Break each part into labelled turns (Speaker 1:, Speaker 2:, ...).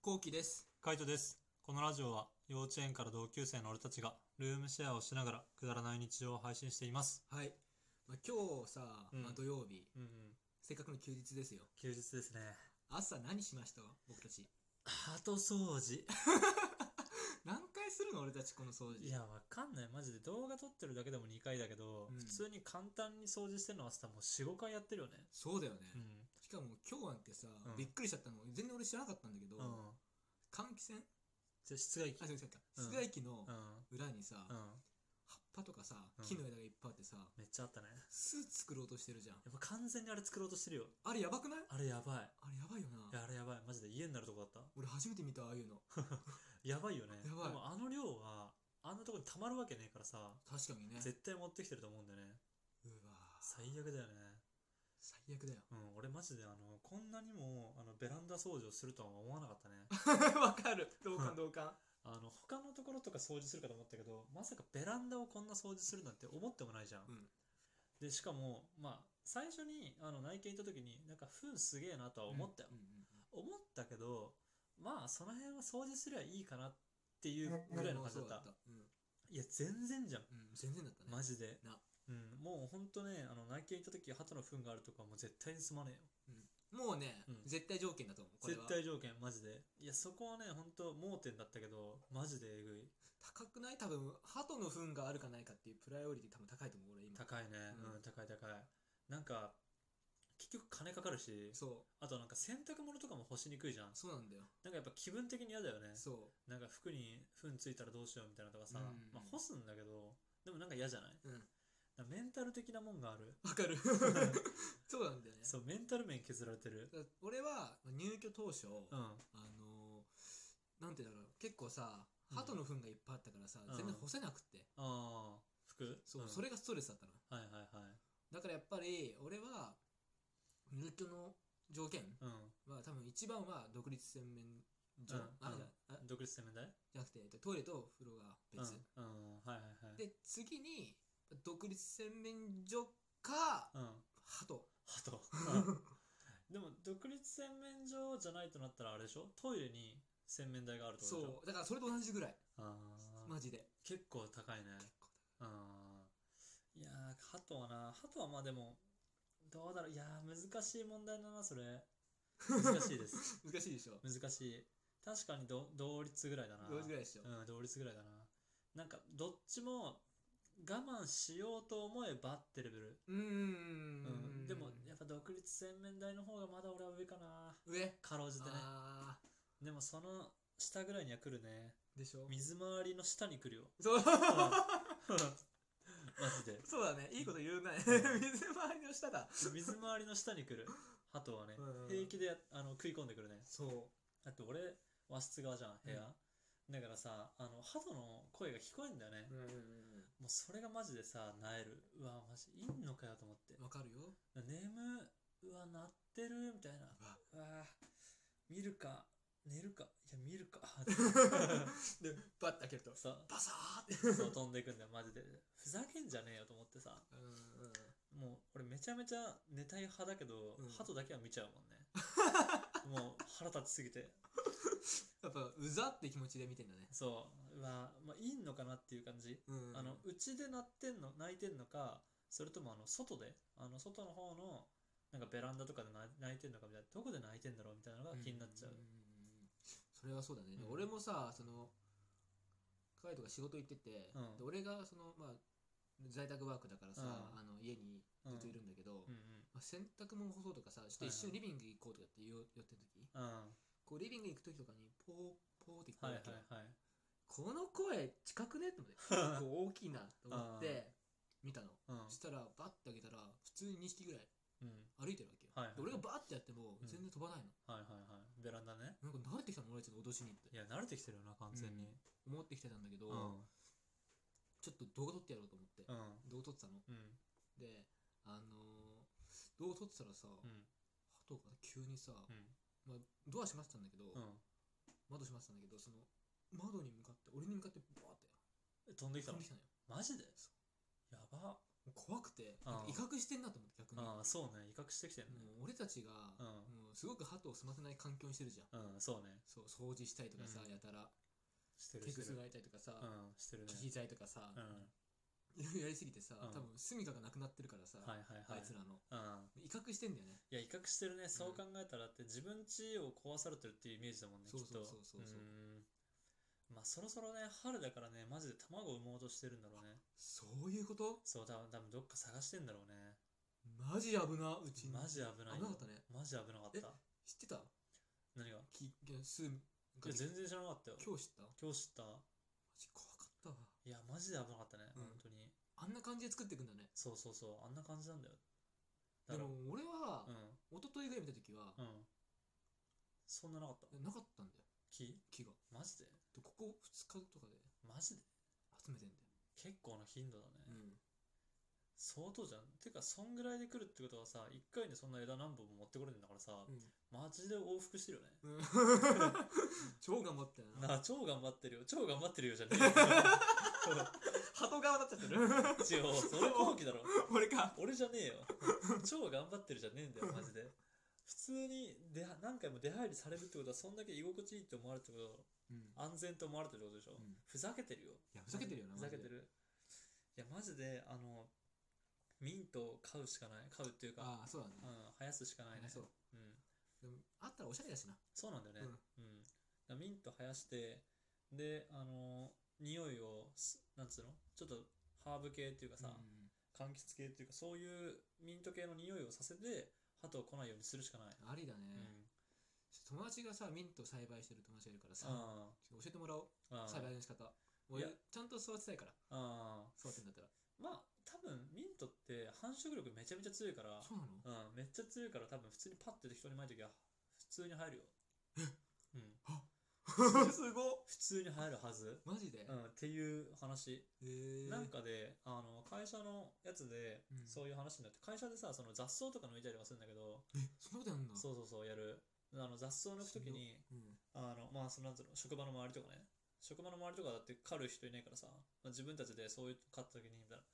Speaker 1: こうきです。
Speaker 2: カイトです。このラジオは幼稚園から同級生の俺たちがルームシェアをしながらくだらない日常を配信しています。
Speaker 1: はい。まあ、今日さ、
Speaker 2: うん
Speaker 1: まあ、土曜日、
Speaker 2: うんうん。
Speaker 1: せっかくの休日ですよ。
Speaker 2: 休日ですね。
Speaker 1: 朝何しました僕たち。
Speaker 2: ハート掃除。
Speaker 1: 何回するの俺たちこの掃除。
Speaker 2: いや、わかんない。マジで動画撮ってるだけでも2回だけど、
Speaker 1: うん
Speaker 2: 普通に簡単に掃除してるのはさ、もう4、5回やってるよね。
Speaker 1: そうだよね。
Speaker 2: うん。
Speaker 1: しかも今日なんてさ、
Speaker 2: うん
Speaker 1: びっくりしちゃったの。全然俺知らなかったんだけど、
Speaker 2: うん。
Speaker 1: 換気扇
Speaker 2: じゃあ室外機。
Speaker 1: あ、
Speaker 2: う
Speaker 1: 違う違う違う。室外機の
Speaker 2: ん。
Speaker 1: 裏にさ、
Speaker 2: うん
Speaker 1: 葉っ。ぱとかさ
Speaker 2: う、ん
Speaker 1: 木の枝がいっぱいあってさ、
Speaker 2: めっちゃあったね。
Speaker 1: 巣作ろうとしてるじゃん。
Speaker 2: やっぱ完全にあれ作ろうとしてるよ。
Speaker 1: あれやばくないあ
Speaker 2: あれやばい。
Speaker 1: れやばいよ
Speaker 2: い
Speaker 1: な。
Speaker 2: やあれやばい。マジで家になるとこだった。
Speaker 1: 俺初めて見た、ああいうの。
Speaker 2: やばいよね。
Speaker 1: やばい
Speaker 2: でもあの量は、あんなとこに溜まるわけねえからさ、
Speaker 1: 確かにね。
Speaker 2: 絶対持ってきてると思うんだよね。
Speaker 1: うわ
Speaker 2: 最悪だよね。
Speaker 1: 最悪だよ。
Speaker 2: うん、俺マジであの、こんなにもあのベランダ掃除をするとは思わな かったね。
Speaker 1: わかる同感同感
Speaker 2: あの、他のところとか掃除するかと思ったけど、まさかベランダをこんな掃除するなんて思ってもないじゃん。
Speaker 1: うん
Speaker 2: で、しかも、まあ、最初にあの内見行った時に、なんか、糞すげえなとは思ったよ。
Speaker 1: うんうん
Speaker 2: 思ったけど、まあ、その辺は掃除すりゃいいかなっていうぐらいの感じだった。
Speaker 1: うん
Speaker 2: いや、全然じゃん。
Speaker 1: うん全然だったね
Speaker 2: マジで
Speaker 1: な。
Speaker 2: うん、もうほんとね、あの、内見行った時、鳩の糞があるとかもう絶対にすまねえよ。
Speaker 1: もうね、
Speaker 2: うん
Speaker 1: 絶対条件だと思うこれは
Speaker 2: 絶対条件、マジで。いや、そこはね、ほんと盲点だったけど、マジでえぐい。
Speaker 1: 高くない多分鳩の糞があるかないかっていうプライオリティ多分高いと思う俺今
Speaker 2: 高いね。
Speaker 1: うん
Speaker 2: うん、高い高い。なんか、結局金かかるし、
Speaker 1: そう
Speaker 2: あとなんか洗濯物とかも干しにくいじゃん。なんか
Speaker 1: そうなんだよ
Speaker 2: やっぱ気分的に嫌だよね。
Speaker 1: そ
Speaker 2: なんか服に糞ついたらどうしようみたいなとかさ、
Speaker 1: うん
Speaker 2: まあ干すんだけど、でもなんか嫌じゃない、
Speaker 1: ううん
Speaker 2: なんかメンタル的なもんがある。
Speaker 1: わか るそうなんだよね
Speaker 2: そう、メンタル面削られてる。
Speaker 1: だから俺は入居当初、
Speaker 2: うん。
Speaker 1: あのーなんて言うんだろう結構さ
Speaker 2: うん
Speaker 1: 鳩の糞がいっぱいあったからさ、
Speaker 2: うん
Speaker 1: 全然干せなくって
Speaker 2: ああ、服
Speaker 1: そう、
Speaker 2: ん
Speaker 1: それがストレスだったの
Speaker 2: はいはいはい。
Speaker 1: だからやっぱり俺は入居の条件
Speaker 2: う
Speaker 1: は多分一番は独立洗面所、
Speaker 2: うん
Speaker 1: あ
Speaker 2: うん
Speaker 1: じゃあ
Speaker 2: ん。独立洗面台
Speaker 1: じゃなくてえっとトイレと風呂が別、
Speaker 2: うん。うん。はいはいはい。
Speaker 1: で次に独立洗面所か
Speaker 2: うん。
Speaker 1: 鳩
Speaker 2: あと。でも、独立洗面所じゃないとなったらあれでしょトイレに洗面台があるってことでしょ
Speaker 1: そうだからそれと同じぐらい
Speaker 2: あー
Speaker 1: マジで
Speaker 2: 結構高いね。
Speaker 1: 結構
Speaker 2: あーいやー、ハトはな、ハトはまあでも、どうだろう。いやー、難しい問題だな、それ。難しいです。
Speaker 1: 難しいでしょ
Speaker 2: 難しい。確かにど同率ぐらいだな。
Speaker 1: 同じぐらいでしょ、
Speaker 2: うん、同率ぐらいだな。なんか、どっちも我慢しようと思えばってレベル。
Speaker 1: うーん
Speaker 2: うんでもやっぱ独立洗面台の方がまだ俺は上かな
Speaker 1: 上
Speaker 2: かろうじてね
Speaker 1: あ
Speaker 2: でもその下ぐらいには来るね
Speaker 1: ーでしょ
Speaker 2: 水回りの下 に来るよ
Speaker 1: そう
Speaker 2: うんマジで
Speaker 1: そうだねいいこと言うね 水回りの下だ
Speaker 2: 水回りの下に来る鳩はね
Speaker 1: うん
Speaker 2: 平気でやあの食い込んでくるね
Speaker 1: そ
Speaker 2: だって俺和室側じゃん部屋、だからさあの鳩の声が聞こえんだよね、
Speaker 1: ううんうん
Speaker 2: もうそれがマジでさなえるうわマジいんのかよと思って
Speaker 1: うんわかるよ
Speaker 2: 眠うわ鳴ってるみたいな
Speaker 1: うわ
Speaker 2: うわー見るか寝るかいや見る か
Speaker 1: でバッて開けると
Speaker 2: そう
Speaker 1: バサーって
Speaker 2: そう飛んでくんだよマジでふざけんじゃねえよと思ってさ
Speaker 1: うんうん
Speaker 2: もう俺めちゃめちゃ寝たい派だけど、
Speaker 1: うん
Speaker 2: 鳩だけは見ちゃ うもんねもう腹立ちすぎて
Speaker 1: やっぱうざって気持ちで見てんだね
Speaker 2: そううわーまあいいのかなっていう感じ、
Speaker 1: うん
Speaker 2: あのうちで鳴ってんの泣いてんのかそれともあの外であの外の方のなんかベランダとかで泣いてんのかみたいなどこで泣いてんだろうみたいなのが 気になっちゃう、
Speaker 1: んんんんそれはそうだね、
Speaker 2: うん
Speaker 1: 俺もさその彼とか仕事行ってて、
Speaker 2: うん
Speaker 1: で俺がそのまあ在宅ワークだからさ、
Speaker 2: うん
Speaker 1: あの家にずっといるんだけど、
Speaker 2: うん
Speaker 1: まあ、洗濯物干そうとかさちょっと一瞬リビング行こうとかって言う言ってる時
Speaker 2: うんうんは
Speaker 1: こうリビング行く時とかにポーポーって聞
Speaker 2: い
Speaker 1: こ
Speaker 2: は
Speaker 1: え
Speaker 2: い
Speaker 1: るわけよ
Speaker 2: はい
Speaker 1: この声近くねって思って 結構大きいなと思って見たの
Speaker 2: うん
Speaker 1: そしたらバッて開けたら普通に2匹ぐらい
Speaker 2: うん
Speaker 1: 歩いてるわけよ、
Speaker 2: はいはい
Speaker 1: で俺がバーってやっても全然飛ばないの、
Speaker 2: はいはいはいベランダね
Speaker 1: なんか慣れてきたの俺たちの脅しにって
Speaker 2: いや慣れてきてるよな完全に
Speaker 1: 思ってきてたんだけど、
Speaker 2: うん
Speaker 1: ちょっと動画撮ってやろうと思って、
Speaker 2: うん
Speaker 1: 動画撮ってたの
Speaker 2: うん
Speaker 1: であのー、動画撮ってたらさ、
Speaker 2: うん
Speaker 1: 鳩が急にさ、
Speaker 2: うん
Speaker 1: まあ、ドア閉まってたんだけど、
Speaker 2: うん
Speaker 1: 窓閉まってたんだけどその窓に向かって俺に向かってバーって
Speaker 2: 飛んできた
Speaker 1: 飛
Speaker 2: の
Speaker 1: んできたのよ
Speaker 2: マジでやば
Speaker 1: もう怖くて
Speaker 2: あー
Speaker 1: 威嚇してんなと思って逆に
Speaker 2: ああそうね威嚇してきてんね
Speaker 1: もう俺たちが、
Speaker 2: う
Speaker 1: もうすごく鳩を済ませない環境にしてるじゃん
Speaker 2: うんそうね
Speaker 1: そうそ掃除したりとかさ、
Speaker 2: うん
Speaker 1: やたら
Speaker 2: してる
Speaker 1: 手
Speaker 2: して
Speaker 1: ぐす
Speaker 2: る
Speaker 1: がいたりとかさ、
Speaker 2: うんしてるね
Speaker 1: 聞き剤とかさ、
Speaker 2: うん
Speaker 1: いろいろやりすぎてさ、
Speaker 2: うん
Speaker 1: 多分住みかがなくなってるからさ、
Speaker 2: はいはいは
Speaker 1: あい
Speaker 2: い
Speaker 1: つらの
Speaker 2: うん
Speaker 1: 威嚇してんだよね
Speaker 2: いや威嚇してるねそう考えたらだって自分家を壊されてるっていうイメージだもんねき
Speaker 1: そう
Speaker 2: っと
Speaker 1: そうそうそうそうん
Speaker 2: まあそろそろね春だからねマジで卵を産もうとしてるんだろうね
Speaker 1: そういうこと
Speaker 2: そう多分多分どっか探してんだろうね
Speaker 1: マジ危なうち
Speaker 2: マジ危ない
Speaker 1: 危なかったね
Speaker 2: マジ危なかっ
Speaker 1: え
Speaker 2: た
Speaker 1: 知ってた
Speaker 2: 何がい
Speaker 1: き住む
Speaker 2: や全然知らなかったよ
Speaker 1: 今日知ったマ
Speaker 2: 今日知った
Speaker 1: ジ怖かったわ
Speaker 2: いやマジで危なかったね
Speaker 1: うん
Speaker 2: 本当に
Speaker 1: あんな感じで作っていくんだね
Speaker 2: そうそうそうあんな感じなんだよ
Speaker 1: で
Speaker 2: だから
Speaker 1: も俺は、
Speaker 2: うん
Speaker 1: 一昨日ぐらい見た時は、
Speaker 2: うんそんななかった
Speaker 1: なかったんだよ
Speaker 2: 木
Speaker 1: 木が
Speaker 2: マジで
Speaker 1: でここ2日とかで
Speaker 2: マジで
Speaker 1: 集めてんだよ、
Speaker 2: 結構な頻度だね、
Speaker 1: うん
Speaker 2: 相当じゃん。てか、そんぐらいで来るってことはさ、一回にそんな枝何本も持ってこれるんだからさ、マジで往復してるよね。
Speaker 1: うん 超頑張ったよな
Speaker 2: なあ、超頑張ってるよ。超頑張ってるよじゃねえ よ。
Speaker 1: 鳩側だっちゃってる
Speaker 2: 一応、それ後期だろ。
Speaker 1: 俺か
Speaker 2: 俺じゃねえよ。超頑張ってるじゃねえんだよ、マジで。普通に出は何回も出入りされるってことは、そんだけ居心地いいって思われてるってこ
Speaker 1: うん
Speaker 2: と、安全と思われてるってことでしょ。
Speaker 1: うん
Speaker 2: ふざけてるよ。
Speaker 1: いやふざけてるよな
Speaker 2: ふざけてる。いや、マジで、あの、ミントを飼うしかない。飼うっていうか、
Speaker 1: ああーそうだね
Speaker 2: うん、生やすしかないね。
Speaker 1: そう
Speaker 2: うん。
Speaker 1: でもあったらおしゃれだしな
Speaker 2: そうなんだよね。うん。だからミント生やして、で、あのー匂いをす、なんつうのちょっとハーブ系っていうかさ、
Speaker 1: うん
Speaker 2: 柑橘系っていうか、そういうミント系の匂いをさせて、鳩を来ないようにするしかない。
Speaker 1: ありだね
Speaker 2: うん。
Speaker 1: 友達がさミント栽培してる友達がいるからさ
Speaker 2: あ
Speaker 1: ちょっと教えてもらおう
Speaker 2: あ、ああ、
Speaker 1: 栽培の仕方
Speaker 2: い
Speaker 1: 俺
Speaker 2: や
Speaker 1: ちゃんと育てたいから
Speaker 2: あ
Speaker 1: 育てんだったら
Speaker 2: あ。まあ、多分、ミントって繁殖力めちゃめちゃ強いから、
Speaker 1: そうなの
Speaker 2: うん、めっちゃ強いから、多分、普通にパッて適当に巻いときは、普通に入るよ。うん。
Speaker 1: すご
Speaker 2: 普通に入るはず。
Speaker 1: マジで
Speaker 2: うん、っていう話。
Speaker 1: へー
Speaker 2: なんかで、あの、会社のやつで
Speaker 1: う、ん
Speaker 2: そういう話になって、会社でさ、その雑草とか抜いたりはするんだけど、
Speaker 1: えそんなことやんな
Speaker 2: そうそうそう、やる。あの、雑草抜くときに、
Speaker 1: うん
Speaker 2: あの、まあ、その、なんつうの、職場の周りとかね。職場の周りとかだって狩る人いないからさ、まあ、自分たちでそういう狩ったときに、みたいな。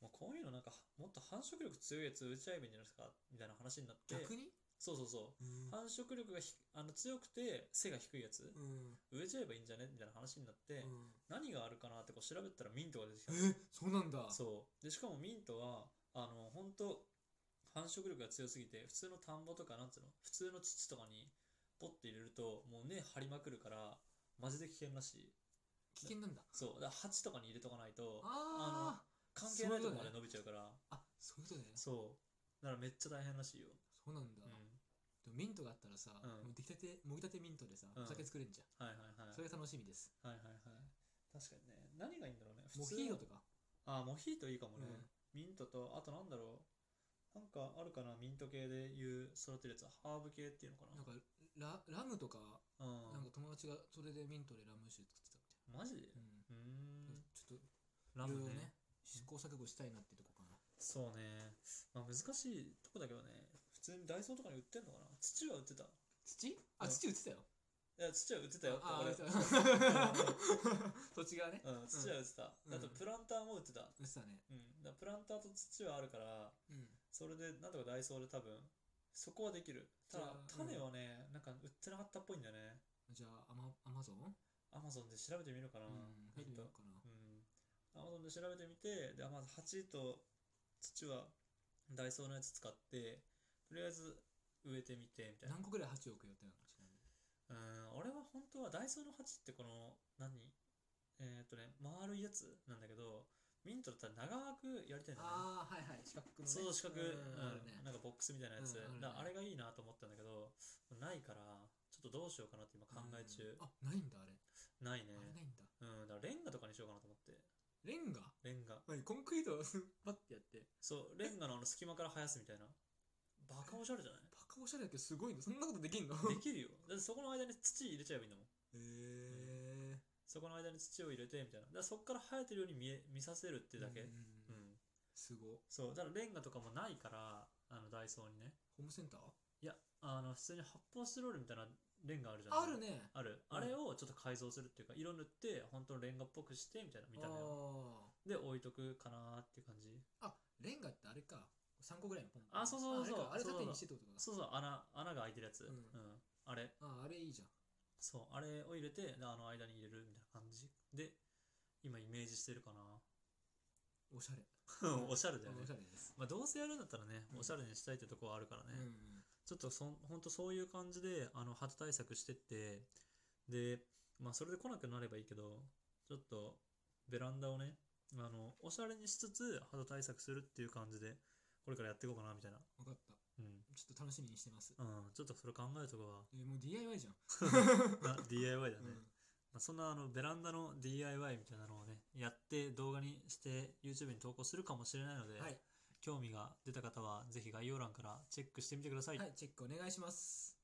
Speaker 2: もうこういうのなんか、もっと繁殖力強いやつ打ち合えばいいんじゃないですか、みたいな話になって、
Speaker 1: 逆に
Speaker 2: そうそうそ
Speaker 1: う
Speaker 2: う。
Speaker 1: ん
Speaker 2: 繁殖力がひあの強くて背が低いやつ
Speaker 1: うん
Speaker 2: 植えちゃえばいいんじゃねみたいな話になって、
Speaker 1: うん
Speaker 2: 何があるかなってこう調べたらミントが出てきたの
Speaker 1: えそうなんだ
Speaker 2: そうでしかもミントはあの本当繁殖力が強すぎて普通の田んぼとかなんつうの普通の土とかにポッて入れるともう根張りまくるからマジで危険らしい
Speaker 1: 危険なんだ
Speaker 2: そうだから鉢とかに入れとかないと
Speaker 1: あ
Speaker 2: 関係ないとこま
Speaker 1: そういうことね
Speaker 2: で伸びちゃうから
Speaker 1: ああそういうことだよねそ
Speaker 2: そうだからめっちゃ大変らしいよ、
Speaker 1: うなんだ
Speaker 2: う
Speaker 1: で
Speaker 2: ん、
Speaker 1: もミントがあったらさ
Speaker 2: う
Speaker 1: も
Speaker 2: ん
Speaker 1: う出来たてもぎたてミントでさ
Speaker 2: うん
Speaker 1: お酒作れんじゃん
Speaker 2: はいはいはい
Speaker 1: それが楽しみです
Speaker 2: はいはいはい確かにね何がいいんだろうね普
Speaker 1: モ
Speaker 2: 通
Speaker 1: ヒートとか
Speaker 2: あーモヒートいいかもね、
Speaker 1: うん
Speaker 2: ミントとあとなんだろうなんかあるかなミント系でいう育てるやつハーブ系っていうのかな
Speaker 1: なんかララムとか
Speaker 2: うん
Speaker 1: なんか友達がそれでミントでラム酒作ってたみた
Speaker 2: マジで
Speaker 1: いなうん
Speaker 2: うーん
Speaker 1: ちょっと
Speaker 2: ラ
Speaker 1: いろい
Speaker 2: ム
Speaker 1: ろ
Speaker 2: ね
Speaker 1: ね試行錯誤したいなってとこかな
Speaker 2: そうねまあ難しいとこだけどね普通にダイソーとかに売ってんのかな土は売ってた
Speaker 1: 土あ
Speaker 2: うん
Speaker 1: 土売ってたよ
Speaker 2: いや土は売ってたよって
Speaker 1: あ
Speaker 2: 俺
Speaker 1: あそう 土地がね
Speaker 2: うん土は売ってた、
Speaker 1: うん
Speaker 2: あとプランターも売ってた、
Speaker 1: 売ってたね
Speaker 2: うん、だからプランターと土はあるから
Speaker 1: うん
Speaker 2: それでなんとかダイソーで多分そこはできるただ
Speaker 1: じゃあうん
Speaker 2: 種はね、なんか売ってなかったっぽいんだよね
Speaker 1: じゃあアマアマゾン
Speaker 2: アマゾンで調べてみるかな、
Speaker 1: うん入ってみようかな
Speaker 2: うん、アマゾンで調べてみて、で、まず鉢と土はダイソーのやつ使って、とりあえず植えてみてみたいな。
Speaker 1: 何個ぐらい鉢置く予定なのちなみに
Speaker 2: うん、俺は本当はダイソーの鉢ってこの、何えーっとね、丸いやつなんだけど、ミントだったら長くやりたいんだ
Speaker 1: ああ
Speaker 2: ね。
Speaker 1: はいはい四角のね
Speaker 2: そう、四
Speaker 1: ん
Speaker 2: 角、うん
Speaker 1: あるね
Speaker 2: なんかボックスみたいなやつ。
Speaker 1: うんあるね
Speaker 2: だからあれがいいなと思ったんだけど、ないから、ちょっとどうしようかなって今考え中。
Speaker 1: うんあないんだあれ
Speaker 2: ないね
Speaker 1: あ。れないんだ
Speaker 2: うん、だからレンガとかにしようかなと思って。
Speaker 1: レンガ
Speaker 2: レンガ。
Speaker 1: 何コンクリートを バッてやって
Speaker 2: そう、レンガのあの隙間から生やすみたいな。バカおしゃれじゃな
Speaker 1: バカおしゃれだけどすごいのそんなことできんの
Speaker 2: いできるよ。だってそこの間に土入れちゃえばいいんだもん。
Speaker 1: へえ
Speaker 2: そこの間に土を入れてみたいな。だからそこから生えてるように見え見させるってだけ。うん。
Speaker 1: すご
Speaker 2: そう、だからレンガとかもないから、あのダイソーにね。
Speaker 1: ホームセンター
Speaker 2: いや、あの、普通に発泡スチロールみたいなレンガあるじゃん。
Speaker 1: あるね
Speaker 2: ある。
Speaker 1: うん
Speaker 2: あれをちょっと改造するっていうか、色塗って、本当のレンガっぽくしてみたいな見た目を。で、置いとくかなーっていう感じ。
Speaker 1: あーあレンガってあれか3個ぐらいのポンポン
Speaker 2: あそうそうそう
Speaker 1: あ
Speaker 2: そう
Speaker 1: れかあれ
Speaker 2: そうそう
Speaker 1: 縦にしてってことか
Speaker 2: そうそう、穴、穴が開いてるやつ。
Speaker 1: うん
Speaker 2: あれ。
Speaker 1: ああれいいじゃん
Speaker 2: そう、あれを入れて、であの間に入れるみたいな感じで、今イメージしてるか
Speaker 1: おしゃれ。
Speaker 2: な。 おしゃれだよね
Speaker 1: おし。ゃれです。
Speaker 2: まあ、どうせやるんだったらね、
Speaker 1: うん
Speaker 2: おしゃれにしたいってとこはあるからね、
Speaker 1: うん
Speaker 2: ちょっとそんほんとそういう感じであの肌対策してってで、まあ、それで来なくなればいいけどちょっとベランダをねあのおしゃれにしつつ肌対策するっていう感じでこれからやっていこうかなみたいな
Speaker 1: 分かった。
Speaker 2: うん、
Speaker 1: ちょっと楽しみにしてます。
Speaker 2: うん、ちょっとそれ考えとくわ
Speaker 1: えーもう DIY じゃん。
Speaker 2: な DIY だね、
Speaker 1: うん
Speaker 2: まあ、そんなあのベランダの DIY みたいなのをねやって動画にして YouTube に投稿するかもしれないので、
Speaker 1: はい、
Speaker 2: 興味が出た方はぜひ概要欄からチェックしてみてください
Speaker 1: はい、チェックお願いします。